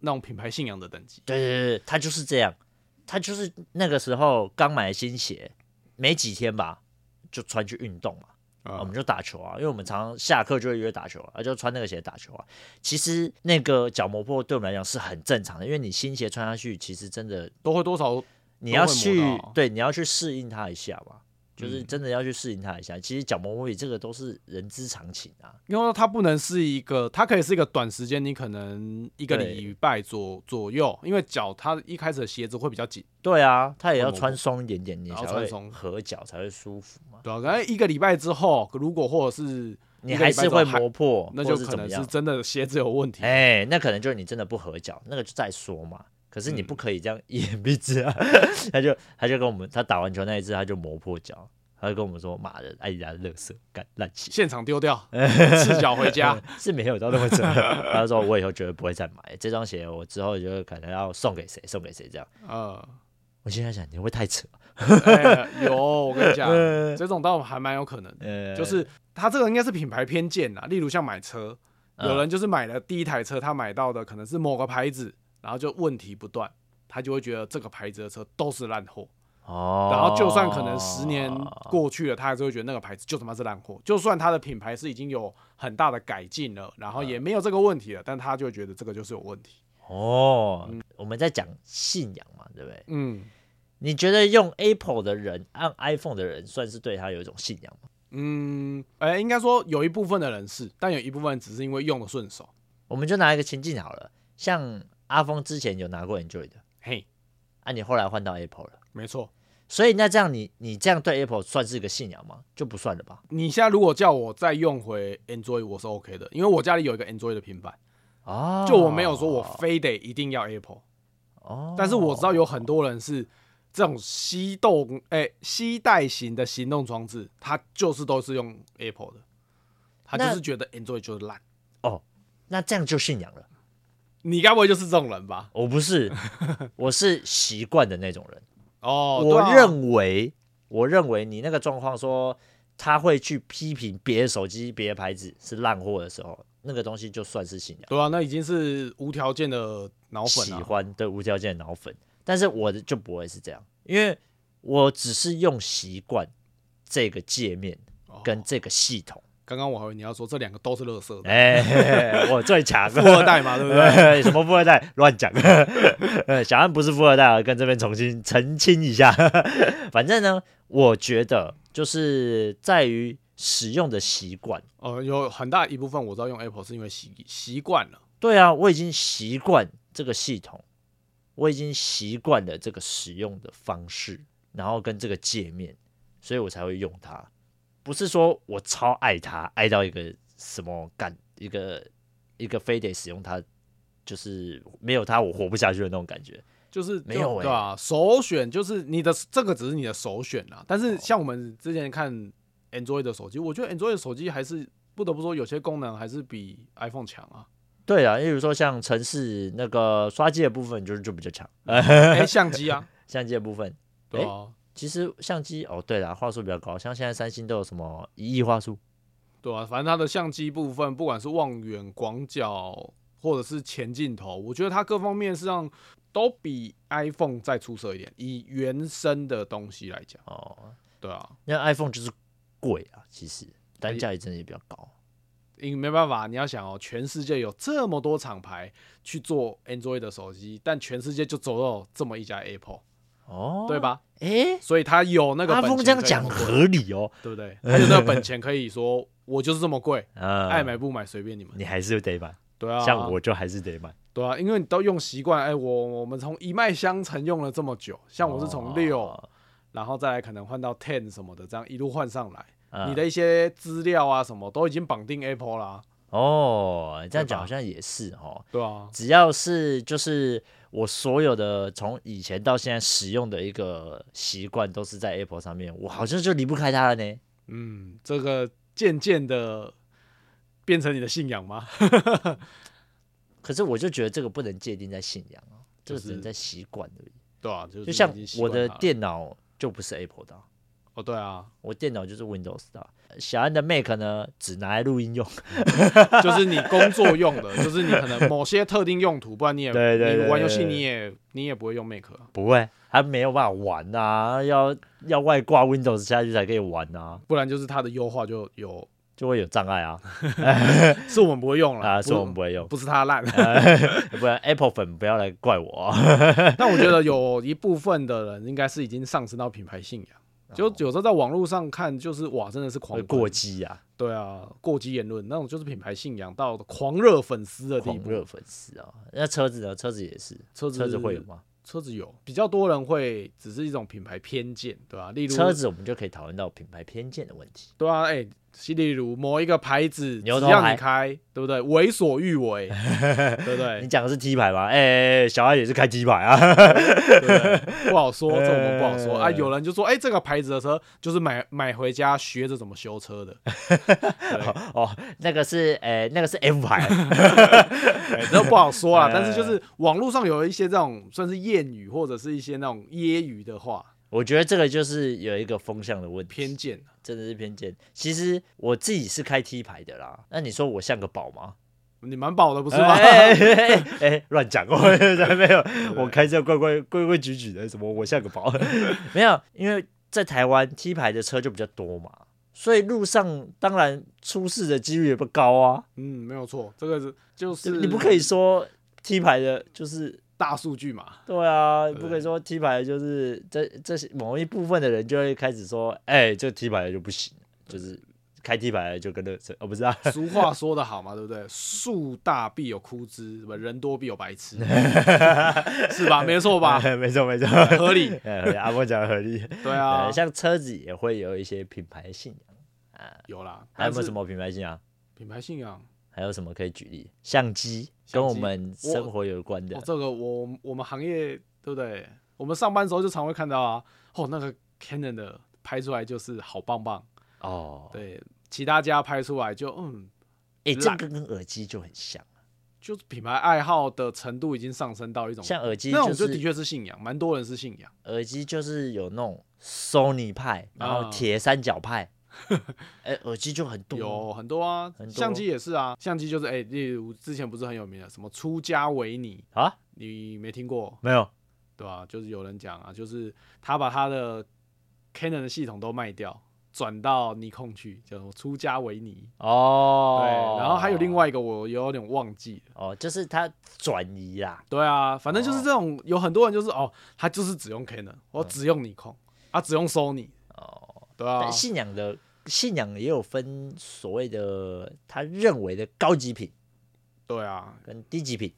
[SPEAKER 2] 那种品牌信仰的等级。
[SPEAKER 1] 对对对，他就是这样，他就是那个时候刚买新鞋，没几天吧，就穿去运动嘛，
[SPEAKER 2] 啊
[SPEAKER 1] 我们就打球啊，因为我们常常下课就会约打球啊，就穿那个鞋打球啊。其实那个脚磨破对我们来讲是很正常的，因为你新鞋穿下去，其实真的
[SPEAKER 2] 都会多少
[SPEAKER 1] 你要
[SPEAKER 2] 都会
[SPEAKER 1] 去
[SPEAKER 2] 磨到
[SPEAKER 1] 对你要去适应它一下嘛，就是
[SPEAKER 2] 嗯
[SPEAKER 1] 真的要去适应它一下。其实脚磨破皮这个都是人之常情啊，
[SPEAKER 2] 因为它不能是一个，它可以是一个短时间，你可能一个
[SPEAKER 1] 对
[SPEAKER 2] 礼拜左左右，因为脚它一开始的鞋子会比较紧，
[SPEAKER 1] 对啊，它也
[SPEAKER 2] 会
[SPEAKER 1] 要
[SPEAKER 2] 磨
[SPEAKER 1] 穿
[SPEAKER 2] 破
[SPEAKER 1] 松一点点，你
[SPEAKER 2] 然
[SPEAKER 1] 才会
[SPEAKER 2] 后穿松
[SPEAKER 1] 合脚才会舒服嘛。
[SPEAKER 2] 对啊，然后一个礼拜之后，如果或者是
[SPEAKER 1] 你
[SPEAKER 2] 一个
[SPEAKER 1] 还
[SPEAKER 2] 礼
[SPEAKER 1] 是
[SPEAKER 2] 拜之后
[SPEAKER 1] 会
[SPEAKER 2] 还
[SPEAKER 1] 磨破，
[SPEAKER 2] 那
[SPEAKER 1] 或
[SPEAKER 2] 就是可
[SPEAKER 1] 怎么
[SPEAKER 2] 能
[SPEAKER 1] 样
[SPEAKER 2] 是真的鞋子有问题。
[SPEAKER 1] 哎哎、那可能就是你真的不合脚，那个就再说嘛。可是你
[SPEAKER 2] 嗯
[SPEAKER 1] 不可以这样 一言蔽之啊！他就他就跟我们，他打完球那一次他就磨破脚，他就跟我们说：“妈的，哎爱迪达乐色，干烂鞋。”
[SPEAKER 2] 现场 丢掉，赤脚回家。
[SPEAKER 1] 是没有到那么扯。 他就说我以后绝对不会再买这双鞋，我之后就可能要送给谁，送给谁这样。
[SPEAKER 2] 呃，
[SPEAKER 1] 我现在想，你会不会太扯？
[SPEAKER 2] 哎有，我跟你讲，
[SPEAKER 1] 呃
[SPEAKER 2] 这种倒还蛮有可能的，
[SPEAKER 1] 呃，
[SPEAKER 2] 就是他这个应该是品牌偏见啦。例如像买车，
[SPEAKER 1] 嗯
[SPEAKER 2] 有人就是买了第一台车，他买到的可能是某个牌子，然后就问题不断，他就会觉得这个牌子的车都是烂货。
[SPEAKER 1] 哦，
[SPEAKER 2] 然后就算可能十年过去了，他还是会觉得那个牌子就他妈是烂货。就算它的品牌是已经有很大的改进了，然后也没有这个问题了，但他就会觉得这个就是有问题。
[SPEAKER 1] 哦，我们在讲信仰嘛，对不对？
[SPEAKER 2] 嗯
[SPEAKER 1] 你觉得用 Apple 的人，按 iPhone 的人，算是对他有一种信仰吗？
[SPEAKER 2] 嗯，哎、应该说有一部分的人是，但有一部分只是因为用的顺手。
[SPEAKER 1] 我们就拿一个情境好了，像阿峰之前有拿过 Enjoy 的，
[SPEAKER 2] 嘿，
[SPEAKER 1] 啊，你后来换到 Apple 了，
[SPEAKER 2] 没错。
[SPEAKER 1] 所以那这样你你这样对 Apple 算是一个信仰吗？就不算了吧？
[SPEAKER 2] 你现在如果叫我再用回 Android，我是 OK 的，因为我家里有一个 Android 的平板，
[SPEAKER 1] 哦，
[SPEAKER 2] 就我没有说我非得一定要 Apple。
[SPEAKER 1] 哦，
[SPEAKER 2] 但是我知道有很多人是这种吸动，哎、吸带型的行动装置，它就是都是用 Apple 的，他就
[SPEAKER 1] 那
[SPEAKER 2] 是觉得 Android 就是烂。
[SPEAKER 1] 哦，那这样就信仰了。
[SPEAKER 2] 你该不会就是这种人吧？
[SPEAKER 1] 我不 是，我是习惯的那种人。
[SPEAKER 2] 哦，对
[SPEAKER 1] 我
[SPEAKER 2] 啊
[SPEAKER 1] 认为，我认为你那个状况说他会去批评别的手机、别的牌子是烂货的时候，那个东西就算是信仰，
[SPEAKER 2] 对啊，那已经是无条件的脑粉
[SPEAKER 1] 喜
[SPEAKER 2] 啊。
[SPEAKER 1] 欢对无条件的脑粉。但是我的就不会是这样，因为我只是用习惯这个界面
[SPEAKER 2] 哦
[SPEAKER 1] 跟这个系 统。
[SPEAKER 2] 刚刚我还以为你要说这两个都是垃圾的，
[SPEAKER 1] 哎、我最强，
[SPEAKER 2] 富二 代嘛，对不对？
[SPEAKER 1] 呃，什么富二代？乱讲。呃，小安不是富二代啊，跟这边重新澄清一下。 反正呢，我觉得就是在于使用的习惯。
[SPEAKER 2] 哦，有很大一部分我知道用 Apple 是因为习习惯了。
[SPEAKER 1] 对啊，我已经习惯这个系统，我已经习惯了这个使用的方式，然后跟这个界面，所以我才会用它。不是说我超爱它，爱到一个什么感，一个一个非得使用它，就是没有它我活不下去的那种感觉。
[SPEAKER 2] 就是
[SPEAKER 1] 没有
[SPEAKER 2] 就
[SPEAKER 1] 欸
[SPEAKER 2] 对啊，首选就是你的这个只是你的首选啦。但
[SPEAKER 1] 哦
[SPEAKER 2] 是像我们之前看 Android 的手机，我觉得 Android 的手机还是不得不说有些功能还是比 iPhone 强 啊。
[SPEAKER 1] 对啊，例如说像城市那个刷机的部分，就是就比较强，
[SPEAKER 2] 哎、相机啊，
[SPEAKER 1] 相机的部分。
[SPEAKER 2] 对啊，
[SPEAKER 1] 其实相机哦，对啦，画素比较高，像现在三星都有什么一亿画素，
[SPEAKER 2] 对啊，反正它的相机部分，不管是望远、广角或者是前镜头，我觉得它各方面是让都比 iPhone 再出色一点。以原生的东西来讲，
[SPEAKER 1] 哦，
[SPEAKER 2] 对啊，
[SPEAKER 1] 那 iPhone 就是贵啊，其实单价也真的也比较高。
[SPEAKER 2] 因为没办法，你要想哦，全世界有这么多厂牌去做 Android 的手机，但全世界就走到这么一家 Apple，、
[SPEAKER 1] 哦，
[SPEAKER 2] 对？吧？
[SPEAKER 1] 诶，
[SPEAKER 2] 所以他有那个
[SPEAKER 1] 阿
[SPEAKER 2] 本钱
[SPEAKER 1] 峰这样
[SPEAKER 2] 可以
[SPEAKER 1] 讲
[SPEAKER 2] 么贵
[SPEAKER 1] 合理哦，
[SPEAKER 2] 对不对？他有那个本钱可以说，我就是这么贵，
[SPEAKER 1] 呃，
[SPEAKER 2] 爱买不买随便你们。
[SPEAKER 1] 你还是得买，
[SPEAKER 2] 对啊，
[SPEAKER 1] 像我就还是得买。
[SPEAKER 2] 对啊，因为你都用习惯。哎、我我们从一脉相承用了这么久，像我是从六、
[SPEAKER 1] 哦
[SPEAKER 2] 然后再来可能换到 ten 什么的，这样一路换上来，
[SPEAKER 1] 嗯
[SPEAKER 2] 你的一些资料啊什么都已经绑定 Apple 啦，
[SPEAKER 1] 哦，这样
[SPEAKER 2] 对吧
[SPEAKER 1] 讲好像也是哦，
[SPEAKER 2] 对啊，
[SPEAKER 1] 只要是就是我所有的从以前到现在使用的一个习惯，都是在 Apple 上面，我好像就离不开它了呢。
[SPEAKER 2] 嗯，这个渐渐的变成你的信仰吗？
[SPEAKER 1] 可是我就觉得这个不能界定在信仰啊，这个
[SPEAKER 2] 就
[SPEAKER 1] 只能
[SPEAKER 2] 是
[SPEAKER 1] 在习惯而已。
[SPEAKER 2] 对啊，就是
[SPEAKER 1] 就像
[SPEAKER 2] 你已经习
[SPEAKER 1] 我
[SPEAKER 2] 惯
[SPEAKER 1] 的
[SPEAKER 2] 它了
[SPEAKER 1] 电脑就不是 Apple 的啊、
[SPEAKER 2] 哦，对啊，
[SPEAKER 1] 我电脑就是 Windows 的啊。小安的 Mac 呢，只拿来录音用。
[SPEAKER 2] 就是你工作用的，就是你可能某些特定用途，不然你 也
[SPEAKER 1] 对对对
[SPEAKER 2] 你玩游戏
[SPEAKER 1] 对对
[SPEAKER 2] 你也你也不会用 Mac 啊，
[SPEAKER 1] 不会， 他没有办法玩啊，要要外挂 Windows 下去才可以玩啊，
[SPEAKER 2] 不然就是它的优化就有
[SPEAKER 1] 就会有障碍啊
[SPEAKER 2] 是我们不会用了
[SPEAKER 1] 啊，所以我们
[SPEAKER 2] 不
[SPEAKER 1] 不会用。呃
[SPEAKER 2] 不是它 烂。
[SPEAKER 1] 不然 Apple 粉不要来怪我、啊。
[SPEAKER 2] 但我觉得有一部分的人应该是已经上升到品牌信仰，就有时候在网络上看，就是哇，真的是狂
[SPEAKER 1] 哦会过
[SPEAKER 2] 喷
[SPEAKER 1] 激啊，
[SPEAKER 2] 对啊，过激言论那种，就是品牌信仰到狂热粉丝的地
[SPEAKER 1] 狂
[SPEAKER 2] 步。
[SPEAKER 1] 热粉丝啊。那车子呢？车子也是，
[SPEAKER 2] 车子
[SPEAKER 1] 车子会有吗？
[SPEAKER 2] 车子有比较多人会只是一种品牌偏见，对吧、例如
[SPEAKER 1] 车子我们就可以讨论到品牌偏见的问题。
[SPEAKER 2] 对啊，哎、例如某一个牌子，只
[SPEAKER 1] 牛头
[SPEAKER 2] 要
[SPEAKER 1] 牌
[SPEAKER 2] 你开，对不对？为所欲为， 对不
[SPEAKER 1] 你
[SPEAKER 2] 对？
[SPEAKER 1] 讲的是 T 牌吗？哎、哎哎小爱也是开 T 牌啊。
[SPEAKER 2] 对不对？不好说，这我们不好 说啊。
[SPEAKER 1] 呃
[SPEAKER 2] 有人就说，哎，这个牌子的车就是买买回家学着怎么修车的，
[SPEAKER 1] 哦，那个是哎、那个是 F 牌，
[SPEAKER 2] 哎这不好说啦。
[SPEAKER 1] 呃
[SPEAKER 2] 但是就是网络上有一些这种算是谚语或者是一些那种揶揄的话，
[SPEAKER 1] 我觉得这个就是有一个风向的问题，
[SPEAKER 2] 偏见。
[SPEAKER 1] 真的是偏见。其实我自己是开 T 牌的啦，那你说我像个宝吗？
[SPEAKER 2] 你蛮饱的，不
[SPEAKER 1] 不
[SPEAKER 2] 是吗？
[SPEAKER 1] 哎哎哎哎乱讲， 我没有，我开车乖乖规规矩矩的，什么我像个 宝， 没有，因为在台湾 T 牌的车就比较多嘛，所以路上当然出事的几率也不高啊。
[SPEAKER 2] 嗯，没有错，这个是就是
[SPEAKER 1] 你不可以说 T 牌的就是
[SPEAKER 2] 大数据嘛，
[SPEAKER 1] 对啊，不可以说 T 牌就是这这些某一部分的人就会开始说，哎、这 T 牌的就不行，就是开 T 牌的就跟乐色哦，不是啊，
[SPEAKER 2] 俗话说得好嘛，对不对？树大必有枯枝，什么人多必有 白痴，是吧？没错吧？
[SPEAKER 1] 没错没错，
[SPEAKER 2] 合理，
[SPEAKER 1] 哎合理阿莫讲得合 理，
[SPEAKER 2] 对啊
[SPEAKER 1] 呃，像车子也会有一些品牌信仰，
[SPEAKER 2] 有啦。
[SPEAKER 1] 还有没有
[SPEAKER 2] 但是
[SPEAKER 1] 什么品牌信仰？
[SPEAKER 2] 品牌信仰？
[SPEAKER 1] 还有什么可以举例？相机
[SPEAKER 2] 相机
[SPEAKER 1] 跟我们
[SPEAKER 2] 我
[SPEAKER 1] 生活有关的
[SPEAKER 2] 哦，，这个我我们行业对不对？我们上班的时候就常会看到啊，哦，那个 Canon 的拍出来就是好棒棒，
[SPEAKER 1] 哦，
[SPEAKER 2] 对，其他家拍出来就嗯，
[SPEAKER 1] 哎、这
[SPEAKER 2] 懒
[SPEAKER 1] 个跟耳机就很像，
[SPEAKER 2] 就是品牌爱好的程度已经上升到一种，
[SPEAKER 1] 像耳机
[SPEAKER 2] 那种
[SPEAKER 1] 就
[SPEAKER 2] 就是的确是信仰，蛮多人是信仰。
[SPEAKER 1] 耳机就是有那种 Sony 派，然
[SPEAKER 2] 啊
[SPEAKER 1] 后铁三角 派，哎、耳机就很多。
[SPEAKER 2] 有很多啊，
[SPEAKER 1] 很多
[SPEAKER 2] 相机也是啊，相机就是哎、例如之前不是很有名的什么出家维尼，
[SPEAKER 1] 啊？
[SPEAKER 2] 你没听过
[SPEAKER 1] 没有
[SPEAKER 2] 对吧、就是有人讲啊，就是他把他的 Canon 的系统都卖掉，转到尼控去，叫什么出家维尼。
[SPEAKER 1] 哦。
[SPEAKER 2] 对，然后还有另外一个我有点忘记了。
[SPEAKER 1] 哦，就是它转移啦，
[SPEAKER 2] 对啊，反正就是这种，有很多人就是哦，他就是只用 Canon，我
[SPEAKER 1] 嗯
[SPEAKER 2] 只用尼控，啊，只用 Sony。哦，对啊
[SPEAKER 1] 但，信仰的信仰也有分所谓的他认为的高级品
[SPEAKER 2] 对啊，
[SPEAKER 1] 跟低级品。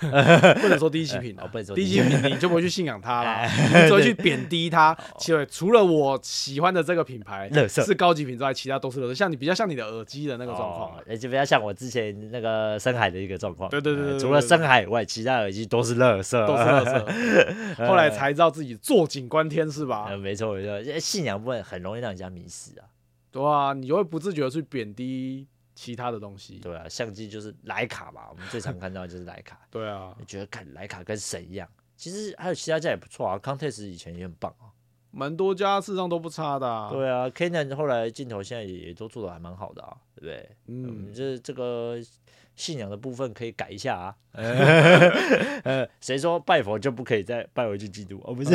[SPEAKER 2] 不能说低级品啊，
[SPEAKER 1] 哦不能说
[SPEAKER 2] 低
[SPEAKER 1] 低
[SPEAKER 2] 级
[SPEAKER 1] 级
[SPEAKER 2] 品，你就不会去信仰 它啦，你只会去贬低它。其实除了我喜欢的这个品
[SPEAKER 1] 哎
[SPEAKER 2] 牌
[SPEAKER 1] 哦垃圾
[SPEAKER 2] 是高级品之外，其他都是垃圾。像你比较像你的耳机的那
[SPEAKER 1] 那
[SPEAKER 2] 个状况啊，
[SPEAKER 1] 那就比较像我之前那个深海的一个状况。
[SPEAKER 2] 对对对
[SPEAKER 1] 呃
[SPEAKER 2] 对对
[SPEAKER 1] 除了
[SPEAKER 2] 对
[SPEAKER 1] 深海以外，其他耳机都是垃圾，
[SPEAKER 2] 都 是垃圾。后来才知道自己坐井观天是吧
[SPEAKER 1] 呃，？没错没错，呃信仰部分很容易让人家迷失啊。
[SPEAKER 2] 对啊，你就会不自觉的去贬低其他的东西。
[SPEAKER 1] 对啊，相机就是徕卡嘛，我们最常看到的就是徕 卡，
[SPEAKER 2] 对啊，
[SPEAKER 1] 就觉得看徕卡跟神一样。其实还有其他家也不错啊，Contest 以前也很棒啊。
[SPEAKER 2] 蛮多家事实上都不差的啊。
[SPEAKER 1] 对啊，Canon 后来镜头现在也也都做的还蛮好的啊，对不对？ 嗯，
[SPEAKER 2] 嗯，
[SPEAKER 1] 这这个信仰的部分可以改一下 啊。呃，谁说拜佛就不可以再拜回去基督？哦，不是，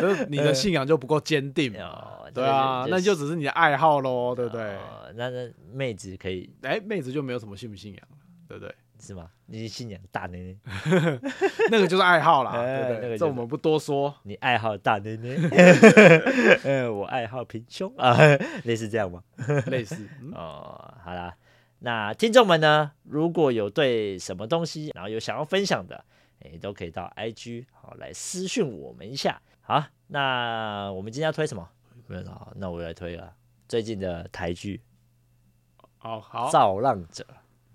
[SPEAKER 2] 就是你的信仰就不够坚定嘛
[SPEAKER 1] 哦。
[SPEAKER 2] 对啊，
[SPEAKER 1] 这
[SPEAKER 2] 那
[SPEAKER 1] 个
[SPEAKER 2] 就
[SPEAKER 1] 就
[SPEAKER 2] 只是你的爱好喽，对不对？
[SPEAKER 1] 哦那那妹子可以
[SPEAKER 2] 哎，妹子就没有什么信不信仰了，对不对？
[SPEAKER 1] 是吗？你信仰大奶奶，
[SPEAKER 2] 那个就是爱好啦，
[SPEAKER 1] 哎
[SPEAKER 2] 对不
[SPEAKER 1] 那
[SPEAKER 2] 对？
[SPEAKER 1] 个
[SPEAKER 2] 这
[SPEAKER 1] 就
[SPEAKER 2] 我
[SPEAKER 1] 是
[SPEAKER 2] 们不多说。
[SPEAKER 1] 你爱好大奶 奶， 呃，我爱好平胸啊， 类似这样吗？
[SPEAKER 2] 类似，嗯
[SPEAKER 1] 哦，好啦，那听众们呢，如果有对什么东西，然后有想要分享的，诶，都可以到 IG 好来私讯我们一下。好，那我们今天要推什么？没有好，那我来推了最近的台剧
[SPEAKER 2] 哦，
[SPEAKER 1] 《
[SPEAKER 2] 好，
[SPEAKER 1] 造浪者》。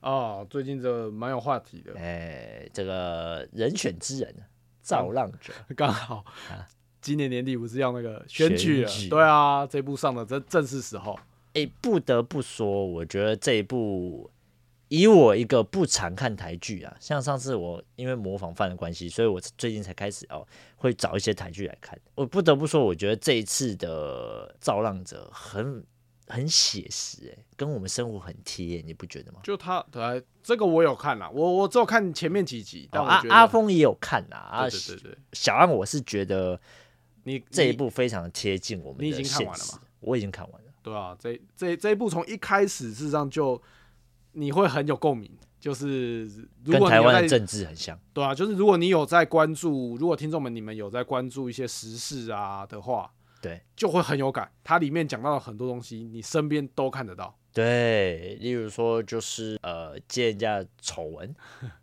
[SPEAKER 2] 哦，最近这蛮有话题的，
[SPEAKER 1] 哎，这个人选之人，造浪者，
[SPEAKER 2] 刚好
[SPEAKER 1] 啊
[SPEAKER 2] 今年年底不是要那个选举了
[SPEAKER 1] 选举？
[SPEAKER 2] 对啊，这部上的正正是时候。
[SPEAKER 1] 哎，不得不说，我觉得这一部。以我一个不常看台剧啊，像上次我因为模仿犯的关系，所以我最近才开始哦，会找一些台剧来看。我不得不说，我觉得这一次的《造浪者很》很写实、欸，跟我们生活很贴、你不觉得吗？
[SPEAKER 2] 就他，对，啊这个我有看啦，我我只有看前面几集，
[SPEAKER 1] 哦
[SPEAKER 2] 但我
[SPEAKER 1] 阿
[SPEAKER 2] 觉得
[SPEAKER 1] 阿，峰也有看啊，啊
[SPEAKER 2] 对对对对，
[SPEAKER 1] 小安我是觉得
[SPEAKER 2] 你
[SPEAKER 1] 这一
[SPEAKER 2] 你
[SPEAKER 1] 部非常贴近我们的
[SPEAKER 2] 你已经看
[SPEAKER 1] 现
[SPEAKER 2] 完了
[SPEAKER 1] 实
[SPEAKER 2] 吗。
[SPEAKER 1] 我已经看完了。
[SPEAKER 2] 对啊，这这这一部从一开始事实上就你会很有共鸣，就是如
[SPEAKER 1] 跟
[SPEAKER 2] 果你
[SPEAKER 1] 台
[SPEAKER 2] 有
[SPEAKER 1] 湾
[SPEAKER 2] 在
[SPEAKER 1] 的政治很像，
[SPEAKER 2] 对啊，就是如果你有在关注，如果听众们你们有在关注一些时事啊的话，
[SPEAKER 1] 对，
[SPEAKER 2] 就会很有感。它里面讲到了很多东西，你身边都看得到。
[SPEAKER 1] 对，例如说就是呃揭人家的丑 闻，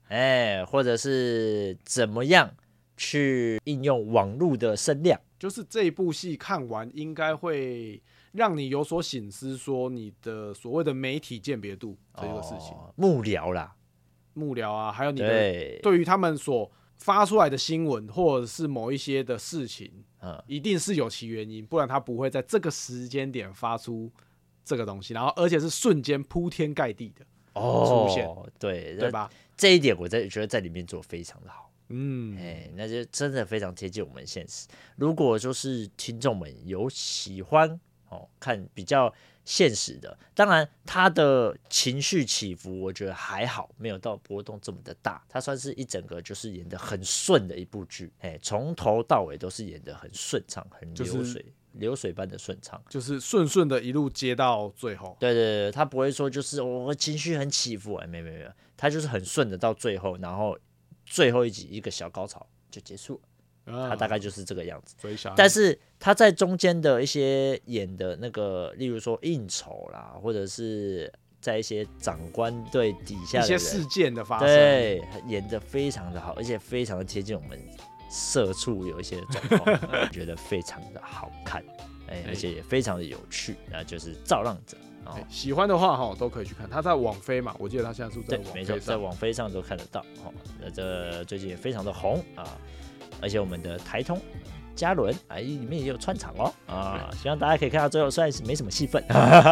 [SPEAKER 1] 哎，或者是怎么样去应用网络的声量。
[SPEAKER 2] 就是这一部戏看完，应该会让你有所醒思，说你的所谓的媒体鉴别度这个事情，
[SPEAKER 1] 哦幕僚啦，
[SPEAKER 2] 幕僚啊，还有你的
[SPEAKER 1] 对，
[SPEAKER 2] 对于他们所发出来的新闻或者是某一些的事情，
[SPEAKER 1] 嗯，
[SPEAKER 2] 一定是有其原因，不然他不会在这个时间点发出这个东西，然后而且是瞬间铺天盖地的，
[SPEAKER 1] 哦，
[SPEAKER 2] 出现
[SPEAKER 1] 对，
[SPEAKER 2] 对
[SPEAKER 1] 那
[SPEAKER 2] 吧？
[SPEAKER 1] 这一点我在觉得在里面做得非常的好。
[SPEAKER 2] 嗯，
[SPEAKER 1] 哎、那就真的非常贴近我们现实。如果就是听众们有喜欢哦，看比较现实的，当然他的情绪起伏我觉得还好，没有到波动这么的大。他算是一整个就是演的很顺的一部剧，哎、从头到尾都是演的很顺畅，很
[SPEAKER 2] 就是
[SPEAKER 1] 流水、流水般的顺畅。
[SPEAKER 2] 就是顺顺的一路接到最后，
[SPEAKER 1] 对对对，他不会说就是我、我情绪很起伏，哎，没没没，他就是很顺的到最后，然后最后一集一个小高潮就结束了。
[SPEAKER 2] 他
[SPEAKER 1] 他大概就是这个样子。
[SPEAKER 2] 追啊小孩，
[SPEAKER 1] 但是他在中间的一些演的那个，例如说应酬啦，或者是在一些长官对底下
[SPEAKER 2] 一
[SPEAKER 1] 的
[SPEAKER 2] 些
[SPEAKER 1] 人，
[SPEAKER 2] 事件的发生，
[SPEAKER 1] 对演的非常的好，而且非常的贴近我们社畜有一些状况， 觉得非常的好看，哎
[SPEAKER 2] 哎，
[SPEAKER 1] 而且也非常的有趣，那就是《造浪者》哦
[SPEAKER 2] 哎，喜欢的话哈都可以去看，他在网飞嘛，我记得他现在是不是在
[SPEAKER 1] 对，
[SPEAKER 2] 网
[SPEAKER 1] 没
[SPEAKER 2] 飞
[SPEAKER 1] 错，在
[SPEAKER 2] 上，
[SPEAKER 1] 网飞上都看得到哦。那这最近也非常的红啊，而且我们的台通嘉伦哎里面也有串场哦啊，希望大家可以看到最后，虽然是没什么戏份，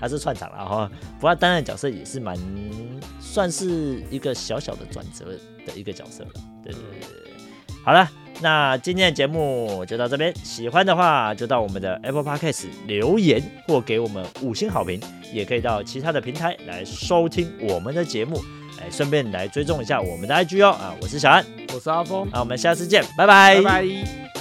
[SPEAKER 1] 还是串场了哈、不过担任角色也是蛮算是一个小小的转折的一个角色了。对对
[SPEAKER 2] 嗯
[SPEAKER 1] 对对对，好了。那今天的节目就到这边，喜欢的话就到我们的 Apple Podcast 留言或给我们五星好评，也可以到其他的平台来收听我们的节目，哎，顺便来追踪一下我们的 IG 哦。啊，我是小安，
[SPEAKER 2] 我是阿峰，
[SPEAKER 1] 那我们下次见，
[SPEAKER 2] 拜拜。